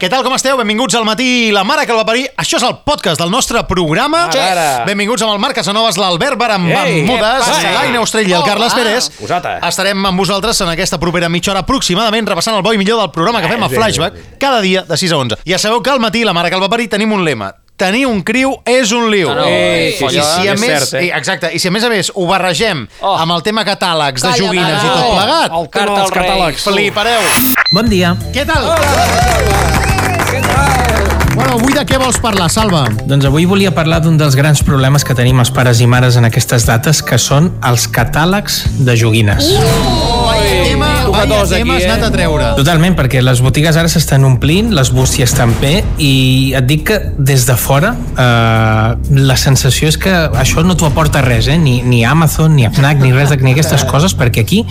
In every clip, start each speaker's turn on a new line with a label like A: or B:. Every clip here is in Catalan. A: Què tal, com esteu? Benvinguts al matí la mare que el va parir. Això és el podcast del nostre programa.
B: Ara, ara.
A: Benvinguts amb el Marc Casanovas, l'Albert Baran
B: Ei,
A: Bermudes,
B: què passa?
A: l'Aina Ostrell i el Carles Pérez.
B: Posata.
A: Estarem amb vosaltres en aquesta propera mitja hora aproximadament repassant el bo i millor del programa que fem a
B: bé,
A: Flashback cada dia de 6 a 11. Ja sabeu que al matí la mare que el va parir tenim un lema. Tenir un criu és un liu.
C: Ah, no,
B: Ei,
A: I
B: follada.
A: si a
B: És
A: més,
B: cert, eh?
A: i- exacte, i si a més a més ho barregem
C: Oh.
A: amb el tema catàlegs de
C: Calla,
A: joguines i
C: mare.
A: tot plegat,
D: El tema
C: Carta
D: dels
C: als Reis.
D: catàlegs.
A: flipareu.
E: Bon dia.
A: Què tal? Bueno, avui de què vols parlar, Salva?
E: Doncs avui volia parlar d'un dels grans problemes que tenim els pares i mares en aquestes dates, que són els catàlegs de joguines.
A: Tema, vaya
B: tocatós,
A: tema
B: aquí,
A: has
B: eh?
A: anat a treure.
E: Totalment, perquè les botigues ara s'estan omplint, les bústies també, i et dic que des de fora eh, la sensació és que això no t'ho aporta res, eh? ni, ni Amazon, ni Fnac, ni res de ni aquestes coses, perquè aquí,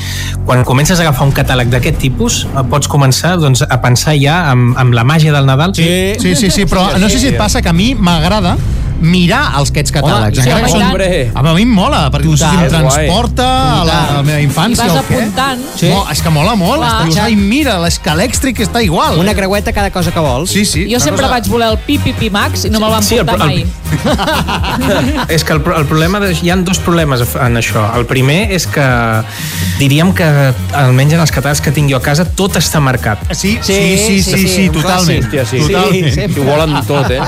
E: quan comences a agafar un catàleg d'aquest tipus, eh, pots començar doncs, a pensar ja amb, amb la màgia del Nadal.
A: Sí, sí, sí, sí, però no sé si et passa que a mi m'agrada mirar els aquests catàlegs.
C: sí,
A: encara que
C: home, i
B: tant.
A: Home, A mi em mola, perquè no sé si em
B: Total. És guai.
A: transporta a la, a la meva
C: I
A: infància
C: vas
A: o què.
C: apuntant.
A: Sí. No, és que mola molt.
C: Clar.
A: Dius, ai, mira, l'escalèxtric està igual.
F: Una creueta cada cosa que vols.
A: Sí, sí.
C: Jo
A: una
C: sempre
A: cosa-
C: vaig voler el Pi Pi Pi Max i no me'l van
E: Sí, el-
C: portar
E: el-
C: mai.
E: És que el, pro- el problema... De, hi han dos problemes en això. El primer és que diríem que, eh, almenys en els catalans que tinc jo a casa, tot està marcat.
A: Sí, sí, sí, sí, sí, sí,
F: un
A: totalment.
B: Hòstia, sí.
A: totalment.
B: Sí, Ho volen tot, eh?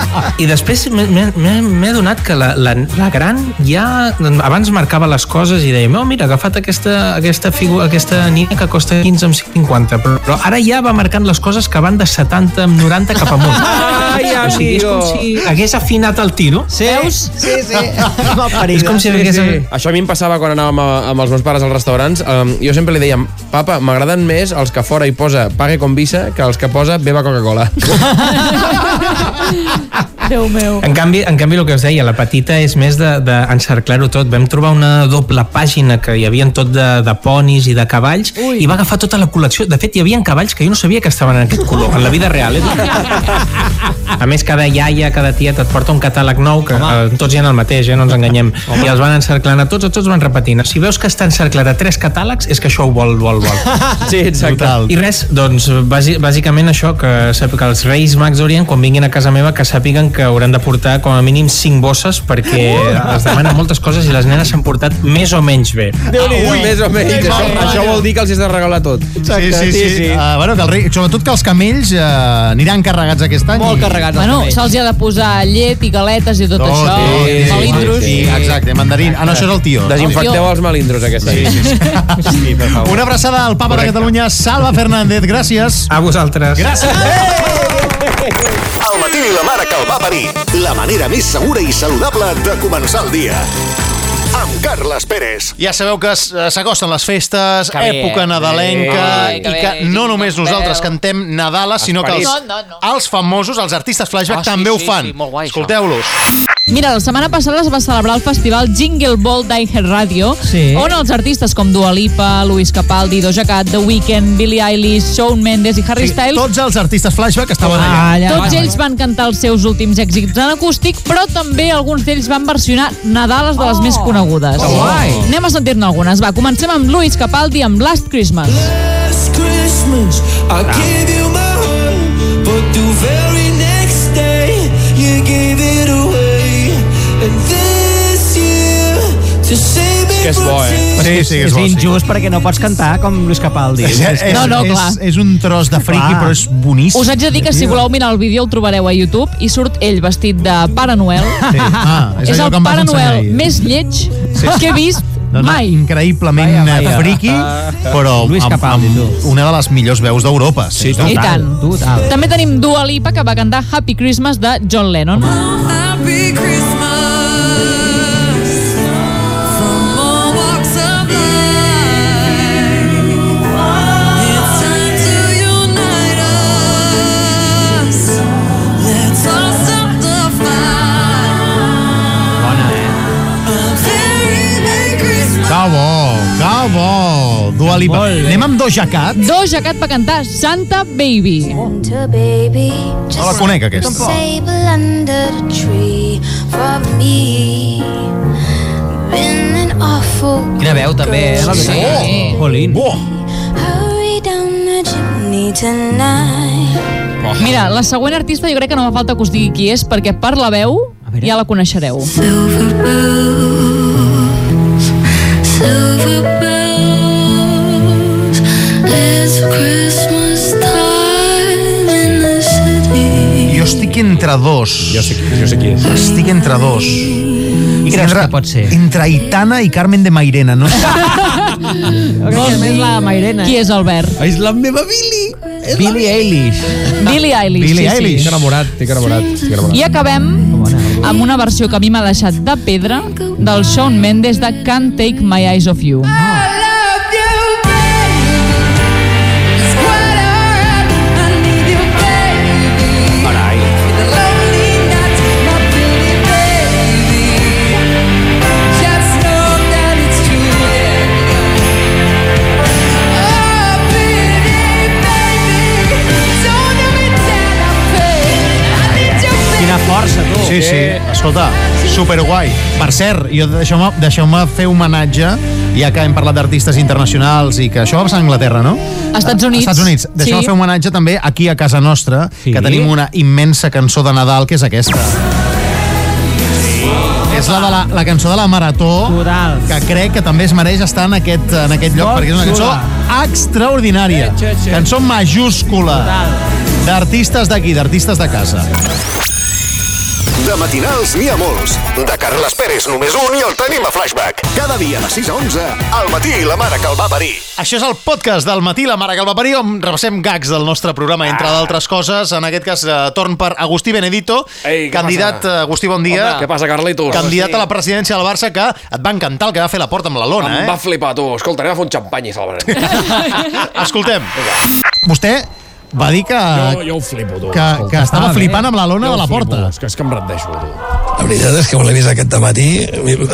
E: I després m'he- m'he m'he adonat que la, la, la gran ja... Abans marcava les coses i dèiem, oh, mira, ha agafat aquesta, aquesta, figura, aquesta nina que costa 15 amb 50, però, però ara ja va marcant les coses que van de 70 amb 90 cap amunt.
B: Ai,
E: o sigui, és
B: amigo.
E: com si hagués afinat el tiro.
F: Sí, Veus? Sí, sí. Malparida.
E: És com si hagués... Sí,
B: Això a mi em passava quan anàvem a, amb els meus pares als restaurants. Um, jo sempre li deia, papa, m'agraden més els que fora hi posa pague con visa que els que posa beba Coca-Cola.
C: Déu meu.
E: En canvi, en canvi, el que us deia, la petita és més d'encerclar-ho tot. Vam trobar una doble pàgina que hi havia tot de, de ponis i de cavalls Ui. i va agafar tota la col·lecció. De fet, hi havia cavalls que jo no sabia que estaven en aquest color, en la vida real. Eh? A més, cada iaia, cada tieta et porta un catàleg nou que eh, tots hi ha el mateix, eh? no ens enganyem. Home. I els van encerclant a tots, a tots van repetint. Si veus que està encerclat a tres catàlegs, és que això ho vol, vol, vol.
B: sí, exacte.
A: Total.
E: I res, doncs, bàsi- bàsicament això, que, sap- que els Reis Mags d'Orient, quan vinguin a casa meva, que sàpiguen que hauran de portar com a mínim 5 bosses perquè
B: Oh!
E: es demanen moltes coses i les nenes s'han portat més o menys bé.
B: déu nhi més o menys.
A: Sí,
B: Això,
A: sí.
B: això vol dir que els has de regalar tot.
A: Sí, sí, sí. Uh, bueno, que el rei, sobretot que els camells uh, aniran carregats aquest any.
F: Molt carregats.
C: Bueno,
F: els camells.
C: se'ls hi ha de posar llet i galetes i tot això.
A: Oh, sí, sí,
C: Melindros.
A: Sí, exacte, mandarín. Ah, no, això és el tio.
B: Desinfecteu els melindros aquesta nit. Sí, sí,
A: Una abraçada al papa de Catalunya, Salva Fernández. Gràcies.
E: A vosaltres.
A: Gràcies.
G: El matí i la mare que el va parir. La manera més segura i saludable de començar el dia. Amb Carles Pérez.
A: Ja sabeu que s- eh, s'acosten les festes, que
F: bé,
A: època
F: eh?
A: nadalenca,
C: Ai,
A: i
C: que
A: que
C: bé,
A: no
C: tinc
A: només
C: veu.
A: nosaltres cantem Nadala, sinó que els,
C: No, no, no.
A: els famosos, els artistes flashback,
F: Ah, sí,
A: també ho
F: sí,
A: fan.
F: sí, molt guai, això.
A: Escolteu-los.
C: Mira, la setmana passada es va celebrar el festival Jingle Ball d'Iher Radio,
E: Sí.
C: on els artistes com Dua Lipa, Luis Capaldi, Doja Cat, The Weeknd, Billie Eilish, Shawn Mendes i Harry Styles Ah,
A: Tots els artistes flashback estaven allà.
F: Ah, Allà.
C: Tots ells van cantar els seus últims èxits en acústic, però també alguns d'ells van versionar Nadales de les més conegudes. Oh. Anem a sentir-ne algunes. Va, comencem amb Luis Capaldi amb Last Christmas.
H: Last Christmas, I gave you my heart, but the very next day you gave it away. And this year, to save me
B: que és bo, eh?
A: Sí, sí, que
F: És
A: bo, sí.
F: injust perquè no pots cantar com Luis Capaldi.
A: És, és,
C: No, no, clar.
A: és, és un tros de friki,
F: Clar.
A: però és boníssim.
C: Us haig de dir que si voleu mirar el vídeo el trobareu a YouTube i surt ell vestit de Pare Noel.
A: Sí. Ah,
C: És,
A: allò
C: el
A: que em vas
C: Pare
A: ensenyar
C: Noel
A: ahir.
C: més lleig que he vist
A: Dona
C: mai.
A: increïblement
F: Vaja, vaja.
A: eh, friki,
F: Ah.
A: però
F: Luis
A: amb,
F: Capaldi,
A: amb una de les millors veus d'Europa. Sí,
C: I tant.
F: Total.
C: També tenim Dua Lipa, que va cantar Happy Christmas de John Lennon.
H: Happy Christmas from all walks of life. It's time to unite us. Let's all stop the fight. A very Merry Christmas.
A: Que bo, que bo. Dua Lipa. Anem amb Doja Cat.
C: Doja Cat va cantar Santa Baby.
I: Winter baby,
A: No la
I: just
A: conec, aquesta.
I: sable under the tree for me. Been an awful
F: Quina veu també, eh? La
C: Sí.
F: veritat.
A: Oh.
F: Jolín.
A: Buah.
I: hurry down the chimney tonight.
C: Mira, la següent artista jo crec que no fa falta que us digui qui és, perquè per la veu ja la coneixereu.
J: Silver bells, silver bells. It's Christmas time in the city.
A: Jo estic entre dos.
K: Jo sé, qui- jo sé qui és.
A: Estic entre dos.
H: Qui creus que pot ser?
A: Entre Aitana i Carmen de Mairena, no?
C: Vols dir la Mairena. eh? Qui és Albert?
K: És la meva Billy!
H: Billie Eilish.
C: Billie Eilish.
A: Billie
C: sí, sí.
A: Eilish.
K: Estic enamorat, estic enamorat, estic enamorat.
C: I acabem amb una versió que a mi m'ha deixat de pedra del Shawn Mendes de Can't Take My Eyes Off You. Ah.
H: Quina força, tu.
A: Sí, sí, escolta, superguai. Per cert, jo deixeu-me deixeu fer homenatge, ja que hem parlat d'artistes internacionals i que això va passar a Anglaterra, no?
C: Estats Units.
A: Estats Units. Deixeu-me
C: Sí.
A: fer homenatge també aquí a casa nostra, sí. que tenim una immensa cançó de Nadal, que és aquesta. És la, de la, la cançó de la Marató,
H: Total.
A: que crec que també es mereix estar en aquest, en aquest lloc,
H: Tot
A: perquè és una cançó extraordinària.
H: Sí, sí, sí.
A: Cançó majúscula.
H: Total.
A: D'artistes d'aquí, d'artistes de casa.
G: De matinals n'hi ha molts. De Carles Pérez només un i el tenim a Flashback. Cada dia de 6 a 11, al matí la mare que el va parir.
A: Això és el podcast del matí, la mare que el va parir, on repassem gags del nostre programa, entre
D: Ah.
A: d'altres coses. En aquest cas, eh, torn per Agustí Benedito,
D: Ei, què
A: candidat,
D: passa?
A: eh, Agustí, bon dia.
D: Què passa, Carlitos?
A: Candidat a la presidència del Barça, que et va encantar el que va fer la porta amb la lona,
D: Em va
A: eh?
D: flipar, tu. Escolta, anem a fer un xampany i celebrarem.
A: Escoltem. Vostè va dir que,
B: Jo, jo ho flipo, tu. eh,
A: que, que estava flipant amb la lona de la porta.
B: És que, és que em rendeixo, tu.
L: La veritat és que me l'he vist aquest matí,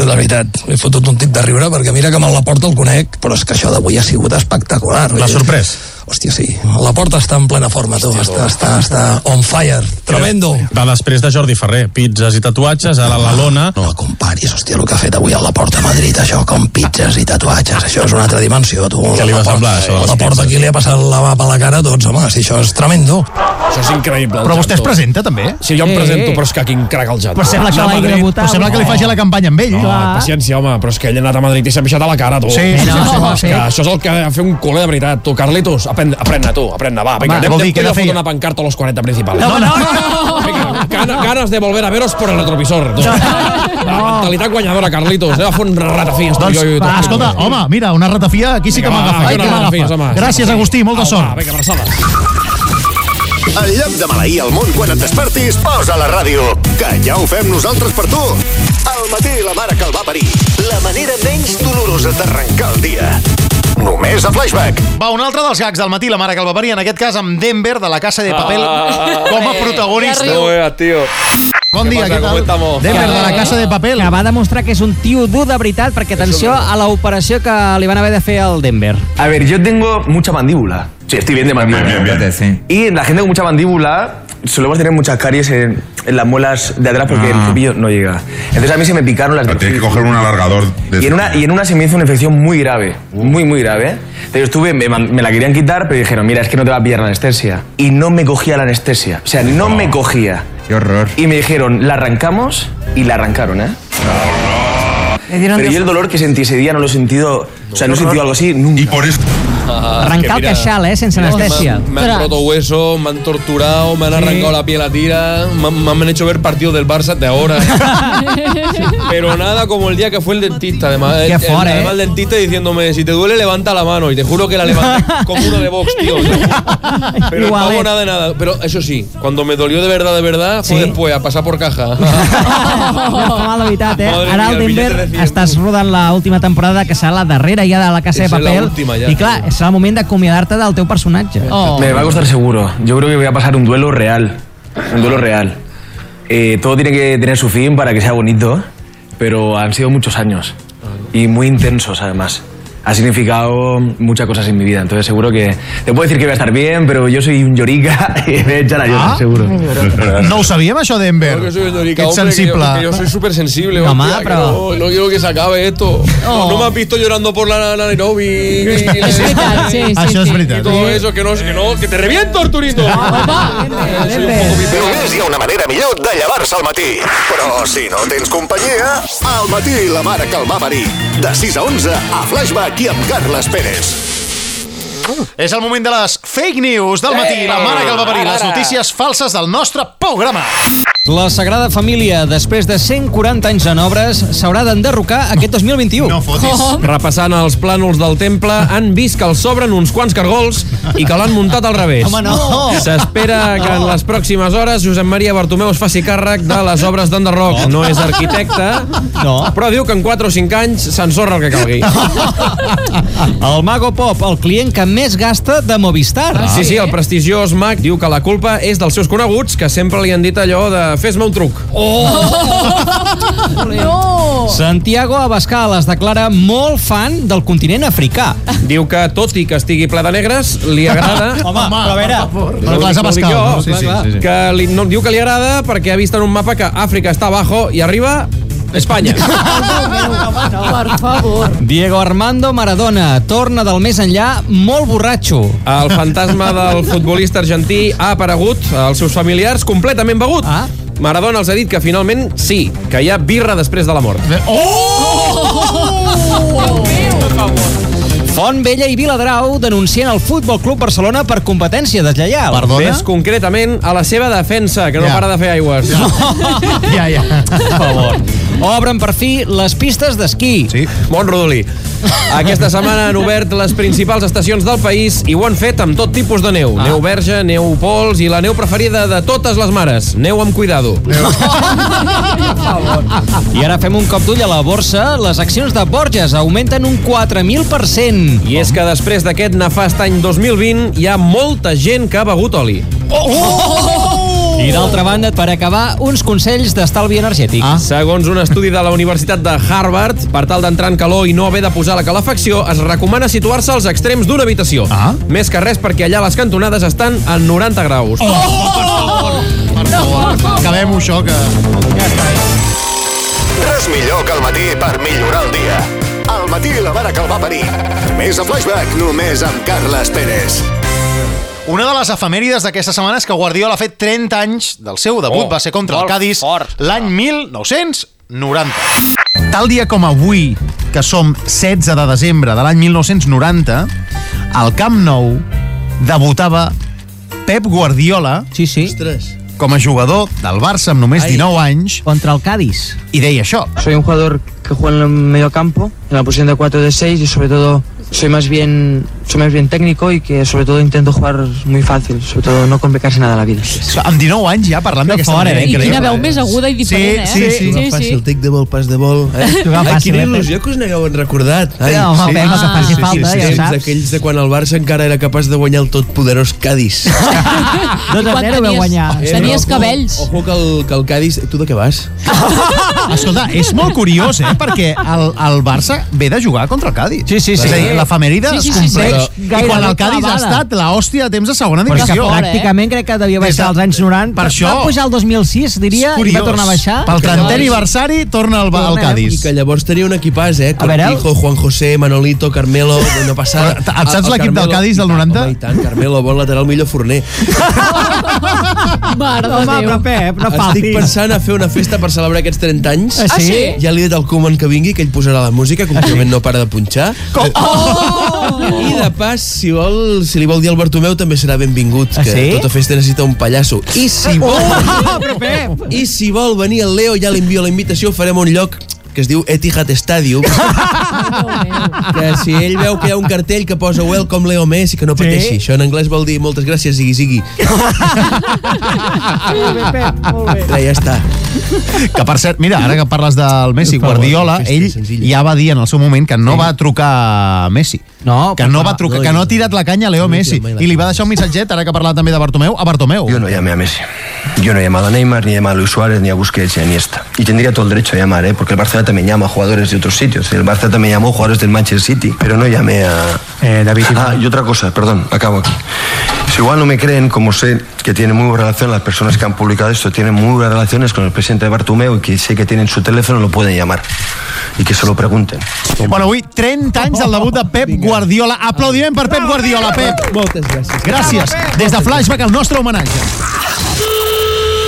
L: la veritat, m'he fotut un tip de riure perquè mira que me la porta el conec, però és que això d'avui ha sigut espectacular. La sorprès. Hòstia, sí. La porta està en plena forma, tu. Està, està, està on fire. Tremendo.
B: Va després de Jordi Ferrer, pizzas i tatuatges, ara la lona...
L: No la comparis, hòstia, el que ha fet avui a la porta a Madrid, això, com pizzas i tatuatges, això és una altra dimensió, tu.
B: Què li va
L: La porta-
B: semblar, això de les
L: La porta
B: pizzas?
L: aquí li ha passat la mà per la cara a tots, home, si això és tremendo.
B: Això és increïble.
A: Però vostè es presenta, també?
B: Si jo em presento, però és que quin crac el Jato.
A: Però sembla que,
H: Anar a
A: la-
H: Madrid.
A: però sembla que li faci la campanya amb ell. Ah.
B: No, paciència, home, però és que ell ha anat a Madrid i s'ha pixat a la cara, tu.
A: Sí, sí, sí,
B: no,
A: ho ha
B: és que això és el que ha de fer un culer de veritat. Tu, Carlitos, apren, aprena, tu, aprena, va. Vinga,
A: Home,
B: anem,
A: vol dir,
B: anem,
A: què
B: anem,
A: no feia?
B: anem, una pancarta a los 40 principales.
A: No, no,
B: Vinga, gana- ganes de volver a veros por el retrovisor. Tu. La mentalitat guanyadora, Carlitos. Anem a fer un ratafies, tu,
A: Doncs,
B: jo i tu.
A: va, escolta, home, Ah, mira, una ratafia aquí sí que
B: Vinga, va,
A: m'agafa.
B: va,
A: aquí
B: una
A: que
B: ratafia,
A: m'agafa.
B: home.
A: Gràcies, Agustí, molt de
B: Au, va,
A: sort.
B: Vinga, abraçades.
G: En lloc de maleir el món quan et despertis, posa la ràdio, que ja ho fem nosaltres per tu. Al matí la mare que el va parir. La manera menys dolorosa d'arrencar el dia. Només a Flashback.
A: Va, un altre dels gags del matí, la mare que el va parir, en aquest cas amb Denver, de la Casa de Papel,
D: Ah,
A: com a protagonista.
D: Joder, tio.
A: Bon dia,
D: pasa?
A: què
D: ¿Cómo
A: tal?
D: estamos?
A: Denver, de la Casa de Papel.
H: Que va demostrar que és un tio dur de veritat, perquè atenció a l'operació que li van haver de fer al Denver.
M: A ver, yo tengo mucha mandíbula. Sí, estoy bien de mandíbula. Y la gente con mucha mandíbula solemos tener muchas caries en, en las muelas de atrás porque el cepillo no llega. Entonces a mí se me picaron las dos.
L: que coger un alargador.
M: Y en, una, y en una se me hizo una infección muy grave, muy, muy grave. Entonces estuve, me, man- me la querían quitar, pero dijeron, mira, es que no te va a pillar la anestesia. Y no me cogía la anestesia. O sea, no me cogía. Qué horror. Y me dijeron, la arrancamos y la arrancaron, ¿eh? Pero yo el dolor que sentí ese día no lo he sentido, o sea, no he sentido algo así nunca.
H: Arrencar el queixal, eh, sense anestèsia.
K: Me han
C: Ostras.
K: roto hueso, me han torturado, me han arrancado la piel a tira, me, han- me han hecho ver partidos del Barça de ahora. Pero nada como el día que fue el dentista. Además,
H: Qué
K: el,
H: fora,
K: además
H: eh.
K: el dentista diciéndome, si te duele, levanta la mano. Y te juro que la levanté como uno de box, tío. Te juro. Pero
H: Igual,
K: no hago
H: eh.
K: nada de nada. Pero eso sí, cuando me dolió de verdad, de verdad, fue
H: Sí.
K: después a pasar por caja.
H: Ja fa mal, de veritat, eh?
K: Madre
H: Ara
K: mía,
H: al
K: el billete
H: Denver
K: de cien.
H: estàs rodant la última temporada, que serà la darrera ja de la Casa de
K: És la
H: Papel.
K: última, ja.
H: I clar, serà el moment d'acomiadar-te del teu personatge.
C: Oh.
M: Me va a costar seguro. Yo creo que voy a pasar un duelo real. Un duelo real. Eh, todo tiene que tener su fin para que sea bonito, pero han sido muchos años. Y muy intensos, además. ha significado muchas cosas en mi vida. Entonces seguro que te puedo decir que voy a estar bien, pero yo soy un llorica y me echan a llorar,
A: Ah.
M: seguro.
A: No ho sabíem, això, Denver.
M: Claro que soy
A: Que
M: llorica,
A: ets
M: hombre,
A: sensible.
K: que yo- que yo soy
B: supersensible.
A: No,
B: hostia,
A: ma,
B: que
A: però-
B: no, no quiero que se acabe esto. No, no me has visto llorando por la, la Nairobi.
A: Es verdad, sí, sí, Això és sí. veritat.
B: Y todo eso, que no, que no, que te reviento, Arturito.
G: Només hi ha una manera millor de llevar-se al matí. Però si no tens companyia, al matí la mare que el va parir. De 6 a 11 a Flashback i amb Carles Pérez.
A: És el moment de les fake news del matí.
H: Eh!
A: La mare que el va parir. Les notícies falses del nostre programa.
H: La Sagrada Família, després de 140 anys en obres, s'haurà d'enderrocar aquest 2021. No
B: Repassant els plànols del temple, han vist que els sobren uns quants cargols i que l'han muntat al revés. Oh.
H: Home, no.
B: S'espera que en les pròximes hores Josep Maria Bartomeu es faci càrrec de les obres d'enderroc. No és arquitecte, no. però diu que en 4 o 5 anys s'ensorra el que calgui.
H: El Mago Pop, el client que més gasta de Movistar.
B: Ah,
H: Eh?
B: Sí, sí, el prestigiós mag diu que la culpa és dels seus coneguts, que sempre li han dit allò de fes-me un truc.
H: Oh.
C: No!
H: Santiago Abascal es declara molt fan del continent africà.
B: Diu que, tot i que estigui ple de negres, li agrada...
H: Home, però a veure...
A: Però clar, és Abascal, no? Sí,
B: Sí,
A: sí,
B: sí,
A: sí, sí.
B: Que li, no, diu que li agrada perquè ha vist en un mapa que Àfrica està abajo i arriba Espanya.
C: Per favor.
H: Diego Armando Maradona torna del més enllà molt borratxo.
B: El fantasma del futbolista argentí ha aparegut, els seus familiars completament begut. Ah? Maradona els ha dit que finalment sí, que hi ha birra després de la mort.
K: Oh.
H: Font Vella i Viladrau denuncien el Futbol Club Barcelona per competència deslleial.
B: Més concretament a la seva defensa, que no
H: Ja.
B: para de fer aigües.
A: Ja, ja.
H: Per favor. Obren per fi les pistes d'esquí.
A: Sí.
B: Bon rodolí. Aquesta setmana han obert les principals estacions del país i ho han fet amb tot tipus de neu. Ah. Neu verge, neu pols i la neu preferida de totes les mares. Neu amb cuidado.
H: I ara fem un cop d'ull a la borsa. Les accions de Borges augmenten un 4.000%.
B: I és que després d'aquest nefast any 2020 hi ha molta gent que ha begut oli.
H: I d'altra banda, per acabar, uns consells d'estalvi energètic.
B: Ah. Segons un estudi de la Universitat de Harvard, per tal d'entrar en calor i no haver de posar la calefacció, es recomana situar-se als extrems d'una habitació. Ah. Més que res perquè allà les cantonades estan a 90 graus. Oh.
A: Acabem-ho, això, que...
G: Res millor que el matí per millorar el dia. Al matí la mare que el va parir. Més a Flashback, només amb Carles Pérez.
A: Una de les efemèrides d'aquesta setmana és que Guardiola ha fet 30 anys del seu debut.
G: Oh,
A: Va ser contra el
G: molt
A: Cádiz l'any 1990. Tal dia com avui, que som 16 de desembre de l'any 1990, al Camp Nou debutava Pep Guardiola
H: sí, sí.
A: com a jugador del Barça amb només 19 anys
H: contra el Cádiz
A: i deia això.
N: Soy un jugador que juega en el medio campo, en la posición de 4 de 6 y sobre todo soy más bien soy más bien técnico y que sobre todo intento jugar muy fácil, sobre todo no complicarse nada la vida.
A: Amb 19 anys ja parlant d'aquesta
N: fort,
A: manera
N: eh?
C: I
A: increïble.
C: quina veu més aguda i diferent,
A: Sí,
C: eh?
A: sí, sí.
C: sí, sí.
O: tic de vol, pas de vol.
C: Eh?
O: Ai,
C: Ai,
O: quina
C: Pepe.
O: il·lusió que us n'hagueu recordat.
C: Ja, home, Pepe, que faci falta, ja ho
O: Temps
C: saps.
O: Aquells de quan el Barça encara era capaç de guanyar el tot poderós Cádiz.
C: I
A: Doncs
C: quan tenies, tenies cabells.
O: Ojo que el, que el Cádiz... Tu de què vas?
A: Escolta, és molt curiós, eh? Perquè el, el Barça ve de jugar contra el Cádiz.
O: Sí, sí, sí.
A: És a dir, l'efemèride
O: Sí, sí, sí,
A: es
O: sí.
A: compleix.
O: Però-
A: I quan el
O: gairebé
A: Cádiz ha
O: clavada.
A: estat l'hòstia de temps de segona
H: Però és que
A: divisió. eh?
H: pràcticament crec que devia
A: Des de-
H: baixar als anys 90.
A: Per això-
H: Va pujar el 2006, diria, i va tornar a baixar.
A: Pel 30è aniversari torna al, al
O: I
A: Cádiz.
O: que llavors tenia un equipàs, eh?
A: A veure, el-
O: Cortijo, Juan José, Manolito, Carmelo... No passava.
A: Però, et
O: El-
A: saps
O: el
A: l'equip del
O: Carmelo-
A: Cádiz del 90?
O: Home, i tant, Carmelo, bon lateral, millor forner.
C: Mare de Déu.
O: Estic pensant a fer una festa per celebrar aquests 30 anys.
C: Ah, sí?
O: Ja li he dit al Koeman que vingui, que ell posarà la música, que últimament no para de punxar. Com? I de pas, si vol, si li vol dir al Bartomeu, també serà benvingut, que
N: sí?
O: tota festa necessita un pallasso. I si vol...
N: Oh,
O: I si vol venir el Leo, ja li envio la invitació, farem un lloc que es diu Etihad Stadium. que si ell veu que hi ha un cartell que posa Welcome Leo Messi, que no pateixi. Això en anglès vol dir moltes gràcies, sigui, sigui.
A: Ah, ja està. Que per cert, mira, ara que parles del Messi,
O: favor,
A: Guardiola,
O: festa,
A: ell ja va dir en el seu moment que no va trucar a Messi. No, que no
O: papa,
A: va trucar,
O: no,
A: que
O: jo-
A: no ha tirat la canya a Leo Messi. I li va deixar un missatget, ara que parlava també de Bartomeu, a Bartomeu. Jo
N: no llamé a Messi.
P: Yo no he llamado a Neymar, ni he llamado a Luis Suárez, ni a Busquets, ni a Iniesta. Y tendría todo el derecho a llamar, ¿eh? porque el Barcelona también llama a jugadores de otros sitios. El Barça también llamó a jugadores del Manchester City, pero no llamé a... David. Ah, y otra cosa, perdón, acabo aquí. Si igual no me creen, como sé que tienen muy buena relación, las personas que han publicado esto tienen muy buenas relaciones con el presidente de Bartomeu y que sé que tienen su teléfono, lo pueden llamar. Y que se lo pregunten.
A: Bueno, avui 30 anys del debut de Pep Guardiola. Aplaudiment per Pep Guardiola, Pep. Moltes gràcies. Gràcies. Des de Flashback, el nostre homenatge.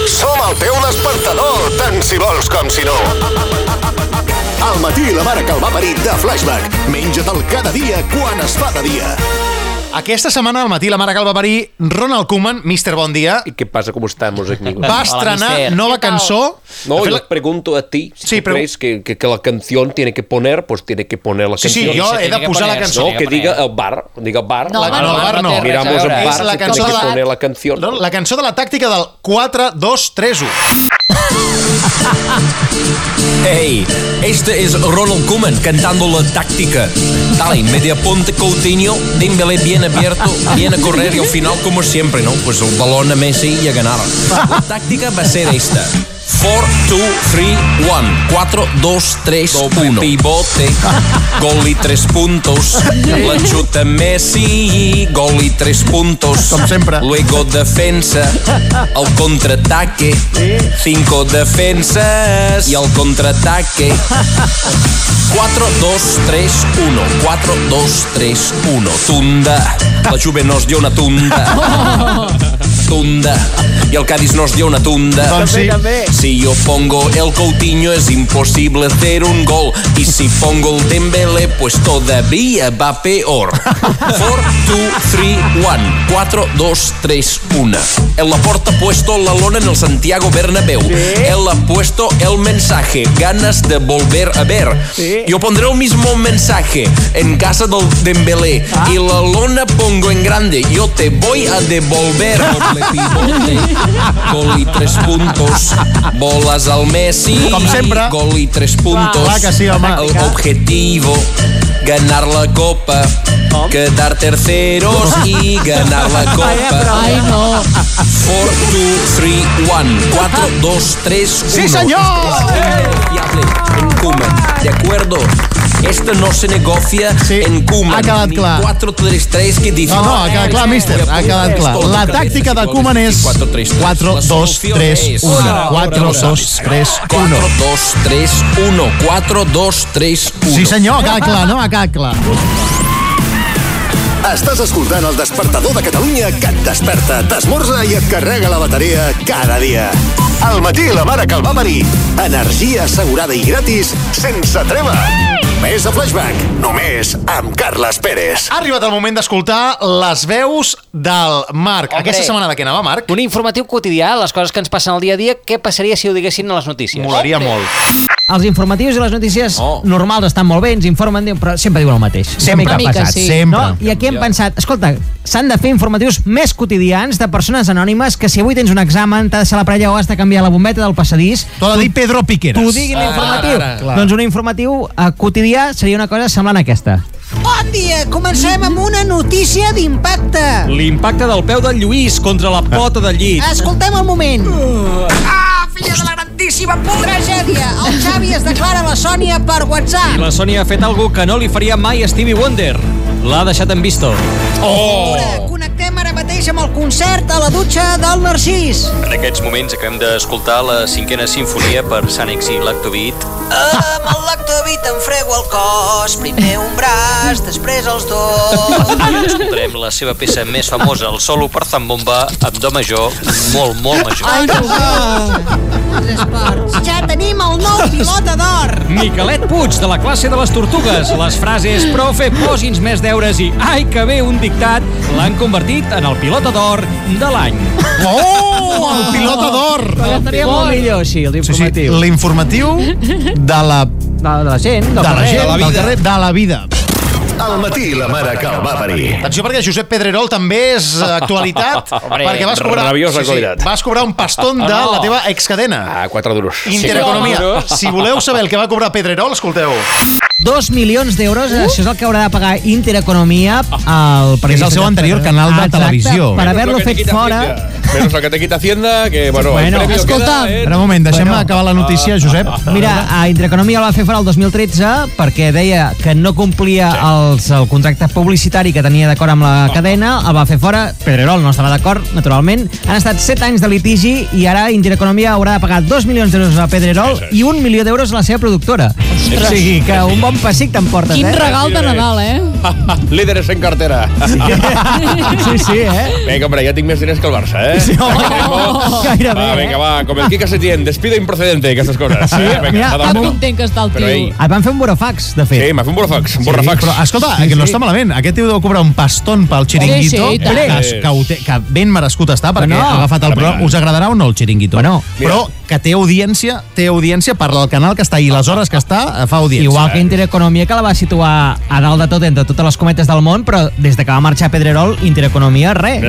G: Som al teu despertador, tant si vols com si no. Al matí, la mare que el va parir de Flashback. Menja-te'l cada dia quan es fa de dia.
A: Aquesta setmana al matí la mare que el va parir, Ronald Koeman, Mister Bon Dia. I què passa, com està, músic amigo? Va estrenar
D: Hola, mister.
A: nova
D: Què tal?
A: cançó.
D: No,
A: De
D: yo
A: fet,
D: les pregunto a ti si tú
A: pero-
D: crees que, que, que la canción tiene que poner, pues tiene que poner la
A: Sí,
D: canción.
A: sí, jo he de posar la cançó.
D: No, que diga el bar, diga bar.
A: No, no, no, el bar no.
D: Miramos el bar,
A: És la
D: tiene
A: cançó
D: que
A: de la-
D: poner la canción.
A: No, la cançó de la tàctica del 4-2-3-1.
Q: Hey, este es Ronald Koeman cantando la táctica. Dale, media punta Coutinho, Dembélé bien abierto, viene a correr y al final como siempre, ¿no? Pues el balón a Messi y a ganar. La táctica va a ser esta. 4, 2, 3, 1. 4, 2, 3, 1. Pivote, gol y 3 puntos. La chuta Messi, gol y 3 puntos.
A: Como siempre.
Q: Luego defensa, al contraataque. 5 defensas y al contraataque. 4, 2, 3, 1. 4, 2, 3, 1. Tunda. La Juve nos dio una tunda. Tunda. Y el Cádiz nos dio una tunda.
L: Doncs sí. També,
Q: Si yo pongo el Coutinho es imposible hacer un gol. Y si pongo el Dembélé, pues todavía va peor. 4, 2, 3, 1. 4, 2, 3, 1. Él ha puesto- puesto la lona en el Santiago Bernabéu. Él ha puesto el mensaje. Ganas de volver a ver. Yo pondré el mismo mensaje en casa del Dembélé. Y la lona pongo en grande. Yo te voy a devolver. Doble pivote. Gol i 3 puntos. Boles al Messi.
A: Com sempre.
Q: Gol i 3 puntos.
A: Clar que sí, home.
Q: El objetivo, ganar la copa. Quedar terceros i ganar la copa.
C: Ai, no.
Q: 4, 2, 3, 1. 4, 2, 3, 1.
L: Sí, senyor!
Q: En Koeman, de acuerdo. Esto no se negocia en Koeman.
A: ha quedat
Q: Ni
A: clar.
Q: 4, 3, 3, que difícil.
A: No, no, ha quedat clar, míster, ha quedat clar. La tàctica de Koeman és 4-2-3-1. 4-2-3-1.
Q: 4-2-3-1. 4-2-3-1.
A: Sí senyor, ha quedat clar, no? Ha quedat clar.
G: Estàs escoltant el despertador de Catalunya que et desperta, t'esmorza i et carrega la bateria cada dia. Al matí, la mare que el va parir. Energia assegurada i gratis, sense treva. Més a Flashback, només amb Carles Pérez.
A: Ha arribat el moment d'escoltar les veus del Marc. Hombre. Aquesta setmana de què anava, Marc?
R: Un informatiu quotidià, les coses que ens passen al dia a dia, què passaria si ho diguessin a les notícies?
A: Molaria molt.
F: Els informatius i les notícies oh. normals estan molt bé, ens informen, diuen, però sempre diuen el mateix.
A: Sempre
F: Una
A: ha passat, sempre.
F: No? I aquí hem pensat, escolta, s'han de fer informatius més quotidians de persones anònimes que si avui tens un examen, t'ha de ser la parella o has de canviar la bombeta del passadís...
A: T'ho ha de dir Pedro Piqueras.
F: T'ho diguin
A: Ah,
F: l'informatiu.
A: ara, ara.
F: Doncs un informatiu eh, quotidià seria una cosa semblant a aquesta.
S: Bon dia, comencem amb una notícia d'impacte.
H: L'impacte del peu del Lluís contra la pota del llit.
S: Escoltem el moment. Ah, filla de la grandíssima puta! Tragèdia. El Xavi es declara a la Sònia per
H: I
S: WhatsApp.
H: la Sònia ha fet algo que no li faria mai a Stevie Wonder. L'ha deixat en visto. Oh!
S: Connectem ara mateix amb el concert a la dutxa del Narcís.
T: En aquests moments acabem d'escoltar la cinquena sinfonia per Sànex i Lactobit.
S: Amb el lactobit em frego el cos, primer un braç, després els dos.
T: Escoltarem la seva peça més famosa, el solo per zambomba, amb do major, molt, molt major.
S: Ai, Tres parts. Ja tenim el nou pilota d'or.
H: Miquelet Puig, de la classe de les tortugues. Les frases «Profe, posi'ns més deures» i «Ai, que bé, un dictat» l'han convertit en el pilota d'or de l'any.
A: Oh, el pilota d'or!
F: Estaria molt millor així,
A: l'informatiu. Sí, sí, l'informatiu de la... De,
F: de la gent,
A: de la
G: carrer.
A: gent,
G: De la
A: del
G: vida.
A: carrer, de la vida.
G: Al matí, la mare que el va parir.
A: Atenció perquè Josep Pedrerol també és eh, actualitat
G: Hombre,
A: perquè vas cobrar,
G: rabiosa actualitat.
A: vas cobrar un paston de
G: Ah, no.
A: la teva excadena.
B: Ah,
D: A 4 duros.
A: Intereconomia. Si voleu saber el que va cobrar Pedrerol, escolteu.
F: 2 milions d'euros, uh? això és el que haurà de pagar Intereconomia al
A: Ah. Que és el seu anterior canal de
F: Exacte,
A: televisió.
F: per
A: Menos
F: haver-lo
A: lo que te
F: fet
A: quita
F: fora...
B: Menos lo que te quita Hacienda, que, bueno,
A: Bueno,
B: el premio
A: escolta,
B: queda en-
A: espera un moment, deixem bueno. acabar la notícia, Josep.
F: Mira, a Intereconomia el va fer fora el 2013 perquè deia que no complia els, el contracte publicitari que tenia d'acord amb la cadena, el va fer fora, Pedrerol no estava d'acord, naturalment. Han estat 7 anys de litigi i ara Intereconomia haurà de pagar 2 milions d'euros a Pedrerol i 1 milió d'euros a la seva productora.
C: Ostres.
F: O sigui que un bon pessic t'emportes,
C: Quin
F: eh?
C: regal de Nadal, eh?
B: Líderes en cartera.
F: Sí, sí, eh?
B: Vinga, hombre, ja tinc més diners que el Barça, eh? Sí,
F: Gairebé,
B: Va, vinga, va, com el Kika Setién, despido improcedente, aquestes coses.
F: eh. Sí,
B: eh?
F: mira,
B: va de
C: Que
B: bo.
C: content que està el
B: Però, ei,
C: tio.
F: Et van fer un burofax, de fet.
B: Sí, m'ha fet un burofax, un
A: Sí,
B: burofax.
A: però, escolta, sí, que no està malament. Aquest tio deu cobrar un pastón pel xiringuito,
F: Sí, sí, i tant.
A: que, que, ho té, que ben merescut està, perquè
F: Bueno,
A: ha agafat el
F: ara
A: programa.
F: mira.
A: Us agradarà o no el xiringuito? Bueno, però que té audiència, té audiència per al canal que està i les hores que està, eh, fa audiència.
F: Igual que Intereconomia, que la va situar a dalt de tot, entre totes les cometes del món, però des de que va marxar Pedrerol, Intereconomia, res.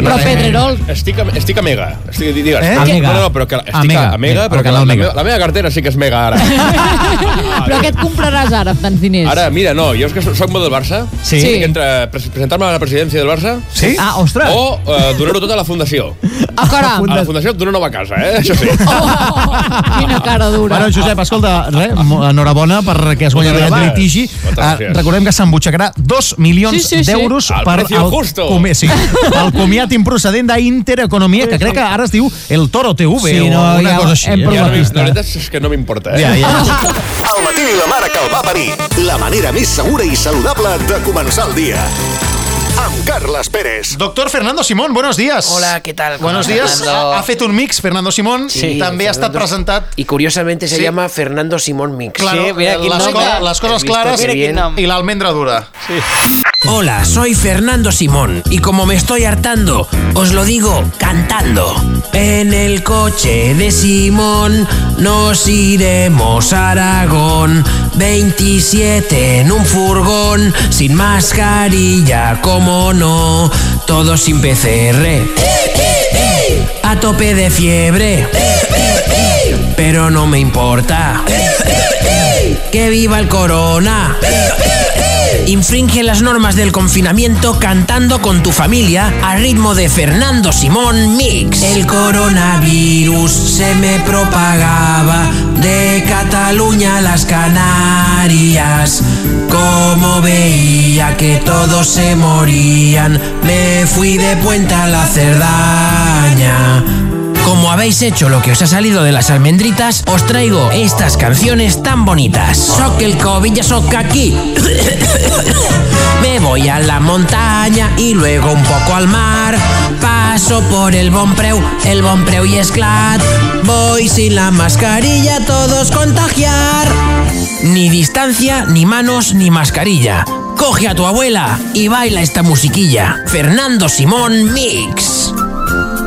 B: Estic, a- estic a Mega. Estic, digues,
F: Eh?
B: no,
F: Amiga.
B: No, no, però que la- estic a Mega,
A: Amiga.
B: a Mega
A: Al
B: però que la,
A: canal
B: la,
A: Mega.
B: meva, la meva cartera sí que és Mega ara.
C: Però què et compraràs ara amb tants diners?
B: Ara, mira, no, jo és que so- soc molt del Barça.
C: Sí.
B: Estic Entre pres- presentar-me a la presidència del Barça.
A: Sí?
F: Ah, ostres.
B: O eh, donar-ho tot a la Fundació.
C: Ah, caram!
B: A la Fundació et dono nova casa, eh? Això sí.
C: Quina cara dura.
A: Bueno, Josep, escolta, res, mo- enhorabona perquè has guanyat
B: Moltes
A: aquest
B: gràcies.
A: litigi.
B: Moltes
A: Ah,
B: gràcies.
A: recordem que s'embutxacarà 2 milions
B: Sí, sí, sí.
A: d'euros
B: Al
A: per
B: precio justo.
A: comi- sí, el comiat improcedent d'Intereconomia, que crec que ara es diu el Toro TV
F: Sí, no,
A: o una
F: ja
A: cosa així.
F: hem
A: eh?
F: provat
B: La veritat és que no m'importa, eh?
A: Ja, ja.
G: Al matí la mare que el va parir. La manera més segura i saludable de començar el dia. Amb Carles Pérez.
A: Doctor Fernando Simón, buenos días.
U: Hola, ¿qué tal? ¿Cómo
A: Buenos
U: estás,
A: días.
U: Fernando?
A: Ha fet un mix, Fernando Simón.
U: Sí,
A: També ha estat
U: Fernando.
A: presentat...
U: Y curiosamente se
A: Sí.
U: llama Fernando Simón Mix.
A: Claro,
U: Sí, mira
A: eh,
U: qué
A: las,
U: nombre.
A: co- las cosas
U: Has visto
A: claras
U: qué bien.
A: y la almendra dura.
U: Hola, soy Fernando Simón y como me estoy hartando, os lo digo cantando. En el coche de Simón nos iremos a Aragón. 27 en un furgón, sin mascarilla, como no. Todo sin PCR. A tope de fiebre. Pero no me importa. Que viva el corona. Infringe las normas del confinamiento cantando con tu familia a ritmo de Fernando Simón Mix. El coronavirus se me propagaba de Cataluña a las Canarias. Como veía que todos se morían, me fui de puenta a la Cerdaña. Como habéis hecho lo que os ha salido de las almendritas, os traigo estas canciones tan bonitas. Soc el cobilla, soc aquí. Me voy a la montaña y luego un poco al mar. Paso por el Bonpreu, el Bonpreu y Esclat. Voy sin la mascarilla, todos contagiar. Ni distancia, ni manos, ni mascarilla. Coge a tu abuela y baila esta musiquilla. Fernando Simón Mix.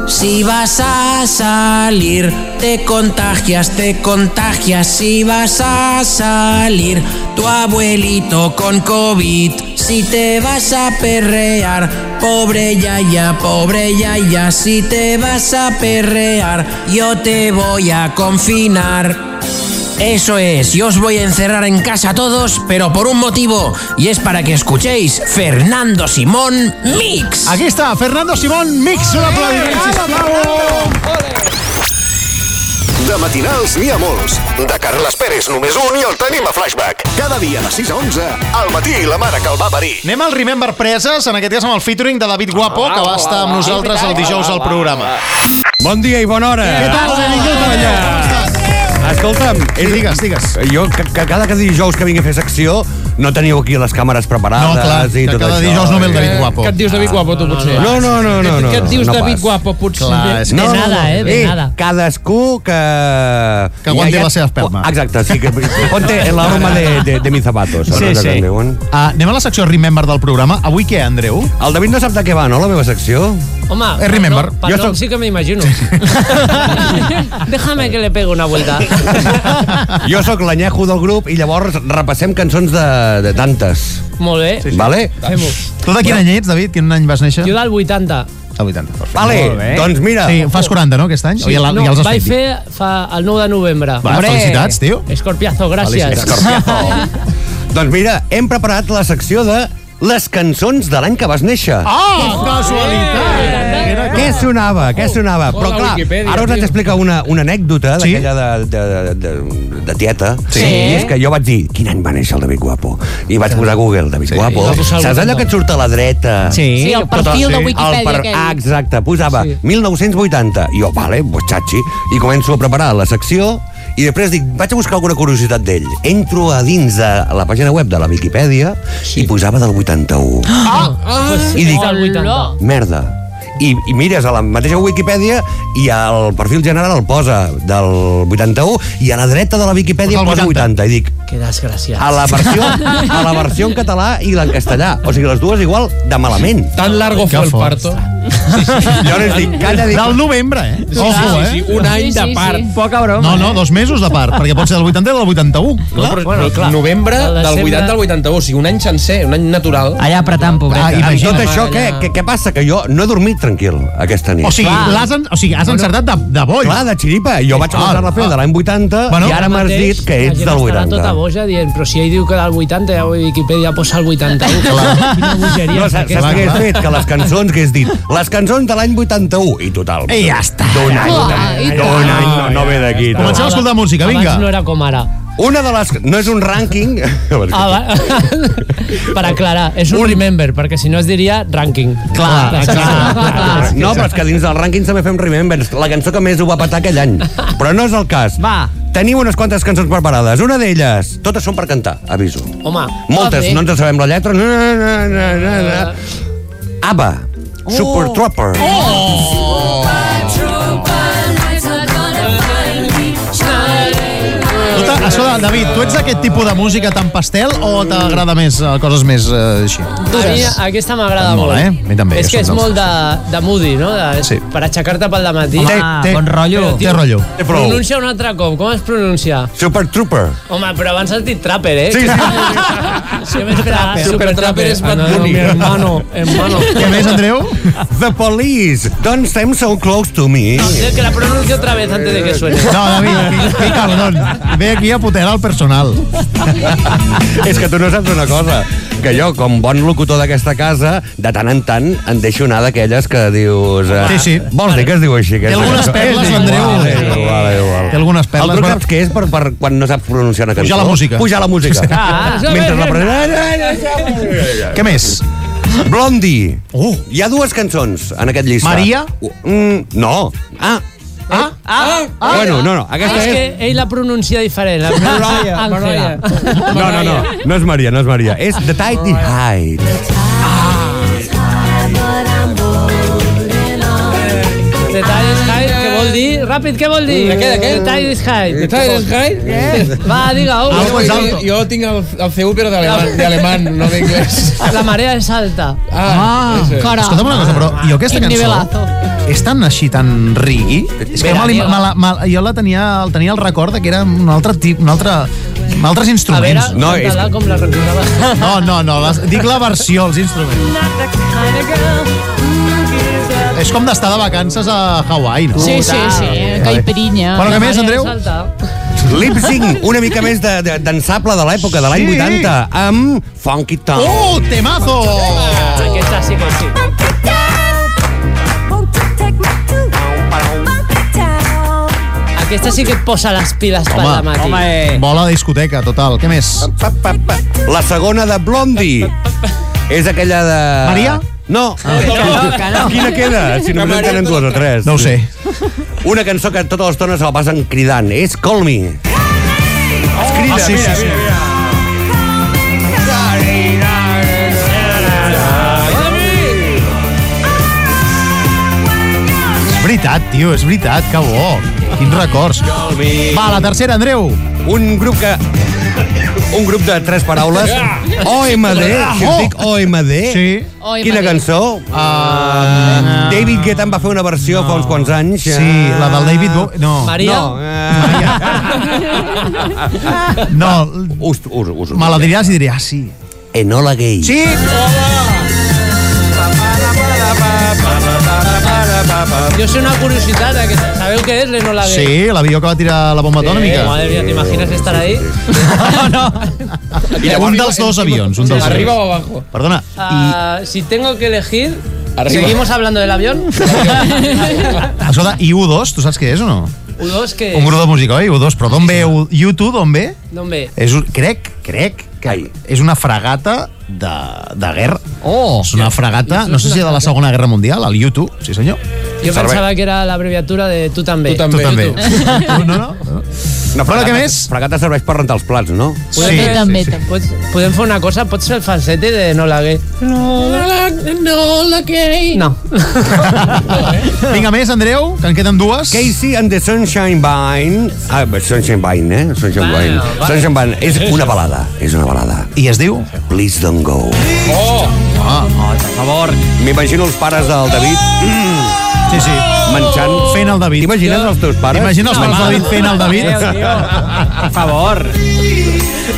U: Si vas a salir, te contagias, te contagias. Si vas a salir, tu abuelito con COVID. Si te vas a perrear, pobre yaya, pobre yaya. Si te vas a perrear, yo te voy a confinar. Eso es, yo os voy a encerrar en casa a todos, pero por un motivo, y es para que escuchéis Fernando Simón Mix.
A: Aquí está, Fernando Simón Mix. Un aplaudiment, sisplau.
G: De matinals n'hi ha molts. De Carles Pérez només un i el tenim a Flashback. Cada dia de 6 a 11, al matí la mare que el va parir.
A: Anem al Remember Preses, en aquest cas amb el featuring de David Guapo,
B: Ah,
A: que va estar amb nosaltres el dijous al programa.
V: Bon dia i bona hora.
A: Què tal? Benvingut, allà.
V: Escolta'm, sí, digues, digues. Jo, que, que cada que dijous que vingui a fer secció, no teniu aquí les càmeres preparades.
A: No, clar,
V: i
A: que
V: tot
A: cada
V: això,
A: dijous no ve el
V: eh?
A: David Guapo.
V: Que et dius David Guapo, tu, potser? No, no, no, no. no
A: Què et dius
V: no
A: David
V: pas.
A: Guapo, potser? Clar, és que- De nada, eh, de nada.
V: Cadascú que...
A: Que aguanti la seva espelma.
V: Exacte, sí. Que... Ponte la broma de, de, de mis zapatos. o
A: Sí,
V: no sé
A: sí.
V: com diuen. Uh,
A: Ah, anem a la secció Remember del programa. Avui què, Andreu?
V: El David no sap de què va, no, la meva secció?
W: Home,
A: Eh, remember.
W: padrón, padrón
V: Jo soc-
W: sí que me imagino. Déjame que le pegue una vuelta.
V: Jo sóc l'anyejo del grup i llavors repassem cançons de, de tantes.
W: Molt bé.
V: Sí, sí. Vale?
W: Fem-ho.
A: Tu de quin any ets, David? Quin any vas néixer?
W: Jo del 80.
A: El 80. perfecte.
V: Vale,
A: Molt bé.
V: doncs mira.
A: Sí, fas 40, no, aquest any? O ja, la,
W: no,
A: ja els has
W: vaig
A: fet?
W: fer fa el 9 de novembre.
A: Va, felicitats, tio.
W: Escorpiazo, gràcies.
A: Felicitats. Escorpiazo.
V: Doncs mira, hem preparat la secció de les cançons de l'any Ah, que vas néixer.
W: Oh,
S: eh,
W: casualitat!
V: Què sonava? Què sonava? Però
W: Oh. la
V: clar,
W: Wikipedia,
V: ara us haig
W: tio.
V: d'explicar una, una anècdota d'aquella de, de, de, de, de tieta.
W: Sí.
V: I és que jo vaig dir, quin any va néixer el David Guapo? I vaig posar a Google, David Guapo.
W: Va posar el
V: Saps allò
W: Google.
V: que et surt a la dreta?
W: Sí. Sí, el
V: Tot
W: perfil de Wikipedia
V: El
W: aquell.
V: Ah, exacte, posava 1980. I jo, vale, pues xachi. I començo a preparar la secció i després dic, vaig a buscar alguna curiositat d'ell. Entro a dins de la pàgina web de la Viquipèdia sí. i posava del 81.
W: Ah!
V: I dic,
W: Hola.
V: merda. I, I mires a la mateixa Wikipedia i al perfil general el posa del 81 i a la dreta de la Viquipèdia
K: Posa el
V: posa 80. 80. I dic,
K: Que desgraciat.
V: a la versió, a la versió en català i la en castellà. O sigui, les dues igual de malament.
B: Tan largo
V: Que
B: fue el
V: fort.
B: parto.
V: Jo les dic, calla, dic...
A: Del novembre, eh?
B: Sí,
A: Ojo,
B: sí,
A: eh?
B: sí, un any Sí, sí, de part. sí. Poca broma,
A: No, no,
B: eh?
A: dos mesos de part, perquè pot ser del 80 i del 81.
B: No, però, bueno, clar, novembre
A: Al
B: del
A: desembre-
B: 80 al 81, o sigui, un any sencer, un any natural.
X: Allà apretant, pobreta.
V: Ah, amb tot
B: Imagina't.
V: això, què, què, què passa? Que jo no he dormit tranquil aquesta nit.
A: O sigui, l'has en- o sigui, has encertat de, de boll.
V: Clar, de xiripa. Jo vaig
A: Clar.
V: començar a fer de l'any 80 bueno, i ara m'has dit que ets del
K: La gent estarà
V: 80.
K: tota boja dient, però si ell diu que del 80, ja Wikipedia posa el 81. Quina bogeria.
V: No,
K: és
V: saps
K: aquesta,
V: saps què
K: clar.
V: has fet? Que les cançons que has dit, les cançons de l'any 81, i total.
K: I ja està.
V: D'un any,
K: Clar, i
V: d'un any,
K: tant.
V: d'un any no, no ve d'aquí. no.
K: Comencem a escoltar música, vinga. Abans no era com ara.
V: Una de les... No és un rànquing...
K: Ah, va. per aclarar, és un remember, perquè si no es diria ranking. Ah,
V: No, però és que dins del rànquing també fem Remembers, la cançó que més ho va patar aquell any. Però no és el cas.
X: Va.
V: Teniu unes quantes cançons preparades. Una d'elles, totes són per cantar, aviso.
K: Home,
V: Moltes,
K: va bé.
V: no ens sabem la lletra. No, no, no, no, no, no.
K: Eh.
V: ABBA,
K: Oh.
V: Super Trooper.
S: Oh.
A: Tu te- Escolta, David, tu ets d'aquest tipus de música tan pastel o t'agrada més eh, coses més eh, així?
K: A mi aquesta m'agrada molt.
A: Mola, eh? A mi també,
K: És
A: jo
K: que és
A: sóc
K: molt de, de moody, no? De, sí. Per aixecar-te pel dematí.
A: Té- Home, té- Ah, bon rotllo.
K: Però, tio,
A: Té rotllo. Té prou.
K: Pronuncia un altre cop. Com es pronuncia?
V: Super Trooper.
K: Home, però abans has dit Trapper, eh?
V: Sí,
K: sí. sí m'esperava.
V: Trapper. Super Trapper és Bad
K: Ah, no, no,
V: Bunny.
K: mi hermano, hermano.
V: Què més, Andreu? The Police, Don't Seem So Close To Me.
K: No, que la pronuncio otra vez antes de que suene.
V: No,
A: David, que cabrón. doncs? Ve aquí a puterar el personal.
V: És que tu no saps una cosa, que jo, com bon locutor d'aquesta casa, de tant en tant en deixo anar d'aquelles que dius... Eh,
A: Sí, sí.
V: Vols dir que es diu així?
A: Té algunes perles, l'Andreu.
V: Igual, igual, igual.
A: Té algunes perles,
V: El truc
A: però-
V: saps què és per, per quan no saps pronunciar una cançó?
A: Pujar la música.
V: Pujar la música.
A: Ah, ah.
V: Mentre la
A: Què més? Oh.
V: Blondie. Uh. Hi ha dues cançons en aquest llistat.
K: Maria?
V: Mm, no. Ah,
K: Ah, ah,
V: ah, bueno, no, no, aquesta
K: és... que ell la pronuncia diferent. La pronuncia
V: Mariah,
K: Angela.
V: no, no, no. No és Maria, no és Maria. És The Tidy Height.
K: The tide is high, què vol dir? Ràpid, què vol dir?
B: De què, de què?
K: The tide is high.
B: The tide is high?
K: Yes. Va, digue-ho.
A: Ah,
B: Jo, jo, jo tinc el, el C1 però d'alemany, d'alemany, no d'inglès.
K: La marea és alta.
B: Ah,
K: sí. Cara.
A: Escolta'm una cosa, però jo aquesta
K: Quin
A: cançó
K: nivelazo.
A: és tan així, tan rigui. És que me la- me la- me la- jo la tenia, el tenia el record de que era un altre tip, un altre, amb altres instruments.
V: no, és...
K: com la recordava.
A: No, no, no, les, dic la versió, els instruments. És com d'estar de vacances a Hawaii, no?
H: Sí, sí, sí, caipirinha.
A: Bueno, què més,
H: La marea
A: Andreu?
H: és alta.
V: Lip Sync, una mica més de- de- d'ensable de, de l'època, de l'any
A: Sí.
V: 80, amb Funky Town.
A: Oh, temazo!
K: Aquesta sí que sí. Aquesta sí que et posa les piles pel
A: Home,
K: dematí.
B: eh.
A: home, bola de discoteca, total. Què més?
V: La segona de Blondie. És aquella de...
A: Maria?
V: Ah, No.
A: que no.
V: Quina queda? Si només en tenen dues o tres.
A: No ho sé.
V: Una cançó que tota l'estona se la passen cridant. És Call Me. Es crida,
W: Ah, sí,
V: mira,
W: sí, sí.
V: mira, mira.
A: És veritat, tio, és veritat, que bo. Quins records. Va, la tercera, Andreu.
V: Un grup que... Un grup de tres paraules.
A: Oh,
V: OMD, si us dic OMD. Sí. Quina cançó? Uh,
A: Ah.
V: David Guetta en va fer una versió fa uns quants anys.
A: Sí, la del David Bowie. No.
V: Maria? No, eh?
A: No,
V: us, us, us,
A: me la diràs i diré, ah, sí.
V: Enola Gay.
A: Sí!
K: Yo sé una curiosidad, ¿a que ¿sabeu qué es, Leno? La de...
A: Sí, l'avió que va tirar la bomba
K: Sí,
A: atòmica.
K: Madre mía, ¿te imaginas estar ahí?
A: I un dels dos avions. Un dels
K: Arriba o
A: avions.
K: abajo.
A: Perdona,
K: Ah, si tengo que elegir,
A: Arriba.
K: ¿seguimos hablando del avión?
A: escolta, i U2, tu saps què és o no?
K: U2, ¿qué
A: Un grup de música, oi? U2, però d'on ve U- U2, d'on ve?
K: ¿Dónde?
A: És un, crec, crec que és una fregata de, de guerra. Oh! És una fregata, no sé si de la Segona Guerra Mundial, el U2, sí senyor.
K: Yo
A: Servei.
K: pensaba que era la abreviatura de tú también.
A: Tu també.
V: No, però què més? Fregata serveix per rentar els plats, no?
K: Podem fer- Pots, podem fer una cosa? Pots fer el falsete de no la gay? No, la, no la gay. No.
A: Vinga, més, Andreu, que en queden dues.
V: Casey and the Sunshine Vine. Ah, Sunshine Vine, eh? Sunshine
A: Bueno,
V: Vine.
A: va.
V: Sunshine Vine. És una balada. És una balada.
A: I es diu?
V: Please don't go. Oh! Ah, oh, per favor. M'imagino els pares del David... Mm.
A: Sí, sí.
V: Menjant...
A: Fent el David.
V: T'imagines els teus pares?
A: T'imagines els pares del David fent el David?
K: Per favor.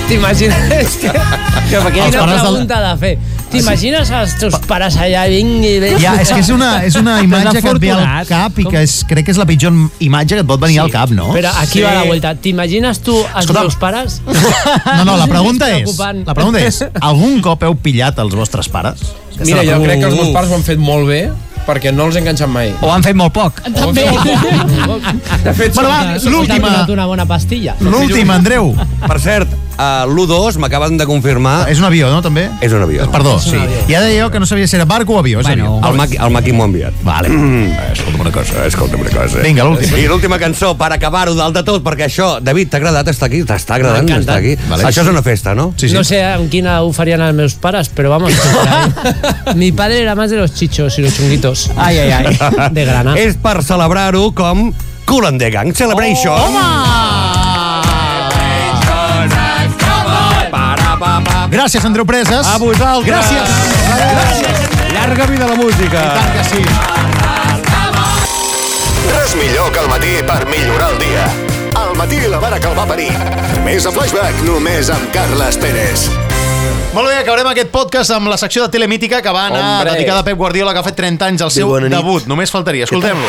K: T'imagines que... que per
A: Els
K: quina
A: pares del-
K: pregunta de fer? T'imagines els teus pares allà vingui... vingui?
A: Ja, és que és una, és una imatge que et ve al
K: Desafortunat.
A: cap i que és, crec que és la pitjor imatge que et pot venir sí, al cap, no?
K: Però aquí va la vuelta. T'imagines tu els teus pares?
A: No, no, la pregunta és,
K: preocupant.
A: la pregunta és, algun cop heu pillat els vostres pares?
B: Mira, jo crec que els meus pares ho han fet molt bé perquè no els he enganxat mai.
A: O han fet molt poc.
K: També.
B: De fet,
K: Bueno, va,
B: són-
K: l'última. T'han donat una bona pastilla.
A: L'última, Andreu.
V: Per cert, uh, l'1-2 m'acaben de confirmar...
A: És un avió, no, també?
V: És un avió.
A: Perdó, sí. Ja deia jo que no sabia si era barco o avió. És
V: Bueno,
A: avió.
V: el Maqui, el Maqui m'ho ha enviat. Vale. Mm. Escolta'm una cosa, escolta'm una cosa.
A: Vinga, l'última.
V: I l'última cançó, per acabar-ho dalt de tot, perquè això, David, t'ha agradat estar aquí? T'està agradant
K: M'ha
V: estar
K: encantat.
V: aquí?
K: Vale.
V: Vale. Això és una festa, no?
K: No sé en quina ho farien els meus pares, però vamos. que por ahí. Mi padre era más de los chichos y los chunguitos. Ay, ay, ay. De grana.
V: És per celebrar-ho com Cool and the Gang Celebration. Oh,
A: Gràcies, Andreu Preses. A vosaltres. Gràcies.
V: Llarga vida a la música. I tant
A: que sí.
G: Res millor que el matí per millorar el dia. Al matí la mare que el va parir. Més a Flashback, només amb Carles Pérez.
A: Molt bé, acabarem aquest podcast amb la secció de Telemítica que va anar
G: Hombre.
A: dedicada a Pep Guardiola, que ha fet 30 anys al seu
G: Diu, bona nit.
A: debut. Només faltaria, escoltem-lo.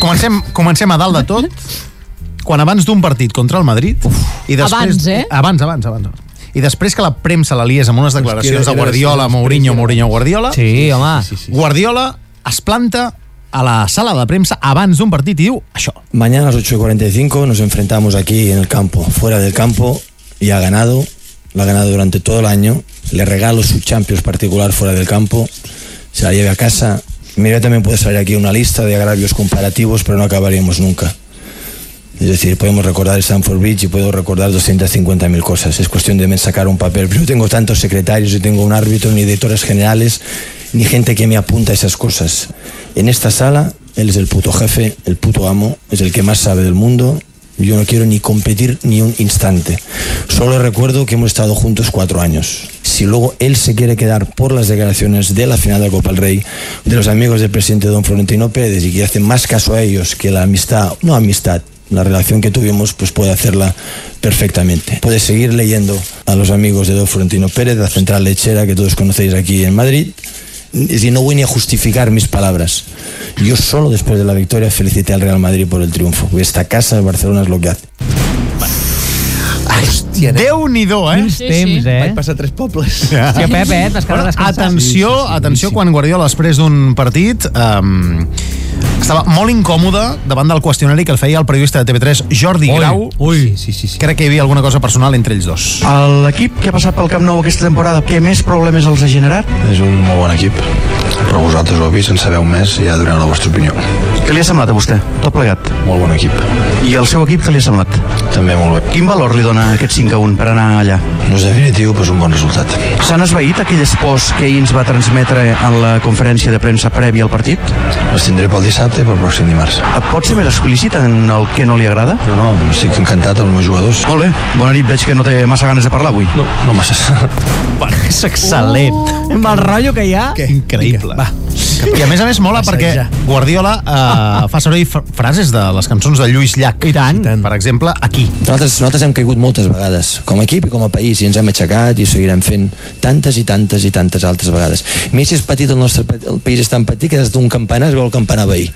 A: Comencem, comencem a dalt de tot, quan abans d'un partit contra el Madrid... Uf,
E: Abans, eh?
A: Abans, abans, abans. I després que la premsa l'alies amb unes declaracions
F: Hòstia,
A: de
F: era-
A: Guardiola,
F: era-
A: Mourinho, Mourinho, Guardiola...
F: Sí, home.
A: Sí, sí. Guardiola es planta a la sala de premsa abans d'un partit i diu això.
J: Mañana a las 8.45 nos enfrentamos aquí en el campo, fuera del campo, y ha ganado, lo ha ganado durante todo el año, le regalo su Champions particular fuera del campo, se la lleve a casa. Mira, también puede salir aquí una lista de agravios comparativos, pero no acabaríamos nunca. Es decir, podemos recordar Stanford Bridge y puedo recordar 250.000 cosas. Es cuestión de sacar un papel. Yo tengo tantos secretarios, yo tengo un árbitro, ni directores generales, ni gente que me apunta esas cosas. En esta sala, él es el puto jefe, el puto amo, es el que más sabe del mundo. Yo no quiero ni competir ni un instante. Solo recuerdo que hemos estado juntos cuatro años. Si luego él se quiere quedar por las declaraciones de la final de la Copa del Rey, de los amigos del presidente don Florentino Pérez y que hace más caso a ellos que la amistad, no amistad, la relación que tuvimos, pues puede hacerla perfectamente. Puede seguir leyendo a los amigos de don Florentino Pérez, la central lechera que todos conocéis aquí en Madrid. Es decir, no voy ni a justificar mis palabras. Yo solo después de la victoria felicité al Real Madrid por el triunfo. Esta casa, el Barcelona, es lo que hace.
A: Hòstia, Déu-n'hi-do, eh?
J: Quins Sí, temps, sí. eh? Vaig
A: passar tres pobles.
J: Hòstia, Pep, eh? T'has quedat descansat.
A: Atenció,
J: Sí, sí, sí,
A: atenció, quan Guardiola, després d'un partit, um, estava molt incòmode davant del qüestionari que el feia el periodista de TV3, Jordi
J: Ui,
A: Grau.
J: ui.
A: Sí, sí, sí. Crec que hi havia alguna cosa personal entre ells dos.
W: L'equip que ha passat pel Camp Nou aquesta temporada, què més problemes els ha generat?
Y: És un molt bon equip, però vosaltres, obvis, en sabeu més i ja doneu la vostra opinió.
W: Què li ha semblat a vostè, tot plegat?
Y: Molt bon equip.
W: I el seu equip què li ha semblat?
Y: També molt bé.
W: Quin valor li dona aquest 5 a 1 per anar allà?
Y: No és definitiu, però és un bon resultat.
W: S'han esveït aquelles pors que ahir ens va transmetre en la conferència de premsa prèvia al partit?
Y: Les tindré pel dissabte i pel pròxim dimarts.
W: Et pot ser més explícit en el que no li agrada?
Y: No, no, estic encantat amb els meus jugadors.
W: Molt bé, bona nit, veig que no té massa ganes de parlar avui.
Y: No, no massa.
A: És excel·lent.
F: Amb el rotllo que hi ha...
A: Uh, Increïble. Va, I a més a més mola perquè Guardiola eh, fa servir fr- frases de les cançons de Lluís Llach. I tant. Per exemple, aquí.
J: Nosaltres, nosaltres hem caigut moltes vegades, com a equip i com a país, i ens hem aixecat i ho seguirem fent tantes i tantes i tantes altres vegades. Més si és petit, el nostre pa- el país és tan petit que des d'un campanar es veu el campanar veí.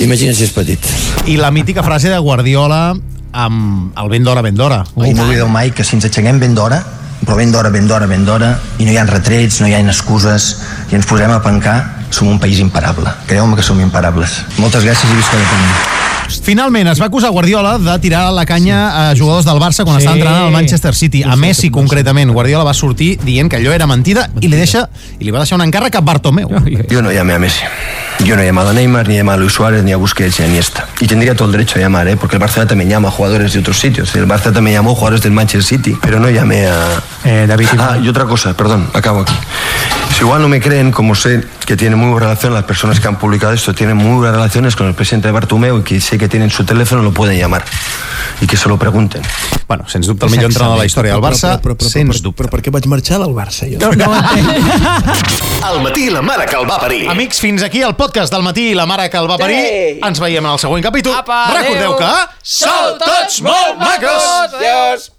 J: Imagina si és petit.
A: I la mítica frase de Guardiola amb el ben d'hora, ben d'hora.
M: No m'oblideu mai que si ens aixequem ben d'hora, però ben d'hora, ben d'hora, ben d'hora, i no hi ha retrets, no hi ha excuses, i ens posem a pencar, som un país imparable. Creieu-me que som imparables. Moltes gràcies i visca l'Espanyol.
A: Finalment, es va acusar Guardiola de tirar la canya a jugadors del Barça quan
V: Sí.
A: estava entrenant al Manchester City, a Messi concretament. Guardiola va sortir dient que allò era mentida i li deixa i li va deixar un encàrrec a Bartomeu.
P: Yo no llamé a Messi. Yo no he llamado a Neymar, ni he llamado a Luis Suárez, ni a Busquets, ni a Iniesta. Y tendría todo el derecho a llamar, ¿eh? porque el Barcelona también llama a jugadores de otros sitios. El Barça también llamó a jugadores del Manchester City, pero no llamé a... David. Ah, y otra cosa, perdón, acabo aquí. Si igual no me creen, como sé que tienen muy buena relación las personas que han publicado esto, tienen muy buenas relaciones con el presidente de Bartomeu y que sé que tienen su teléfono, lo pueden llamar. Y que se lo pregunten.
A: Bueno, sens dubte el millor entrenador de la història del Barça,
O: però, però, però,
A: sens
O: dubte. Però per què vaig marxar del Barça, jo?
G: Al matí la mare que el va parir.
A: Amics, fins aquí el podcast del matí i la mare que el va parir.
G: Sí.
A: Ens veiem en el següent capítol.
G: Apa,
A: Recordeu
G: adeu.
A: que...
G: Sou tots molt macos.
A: Adiós!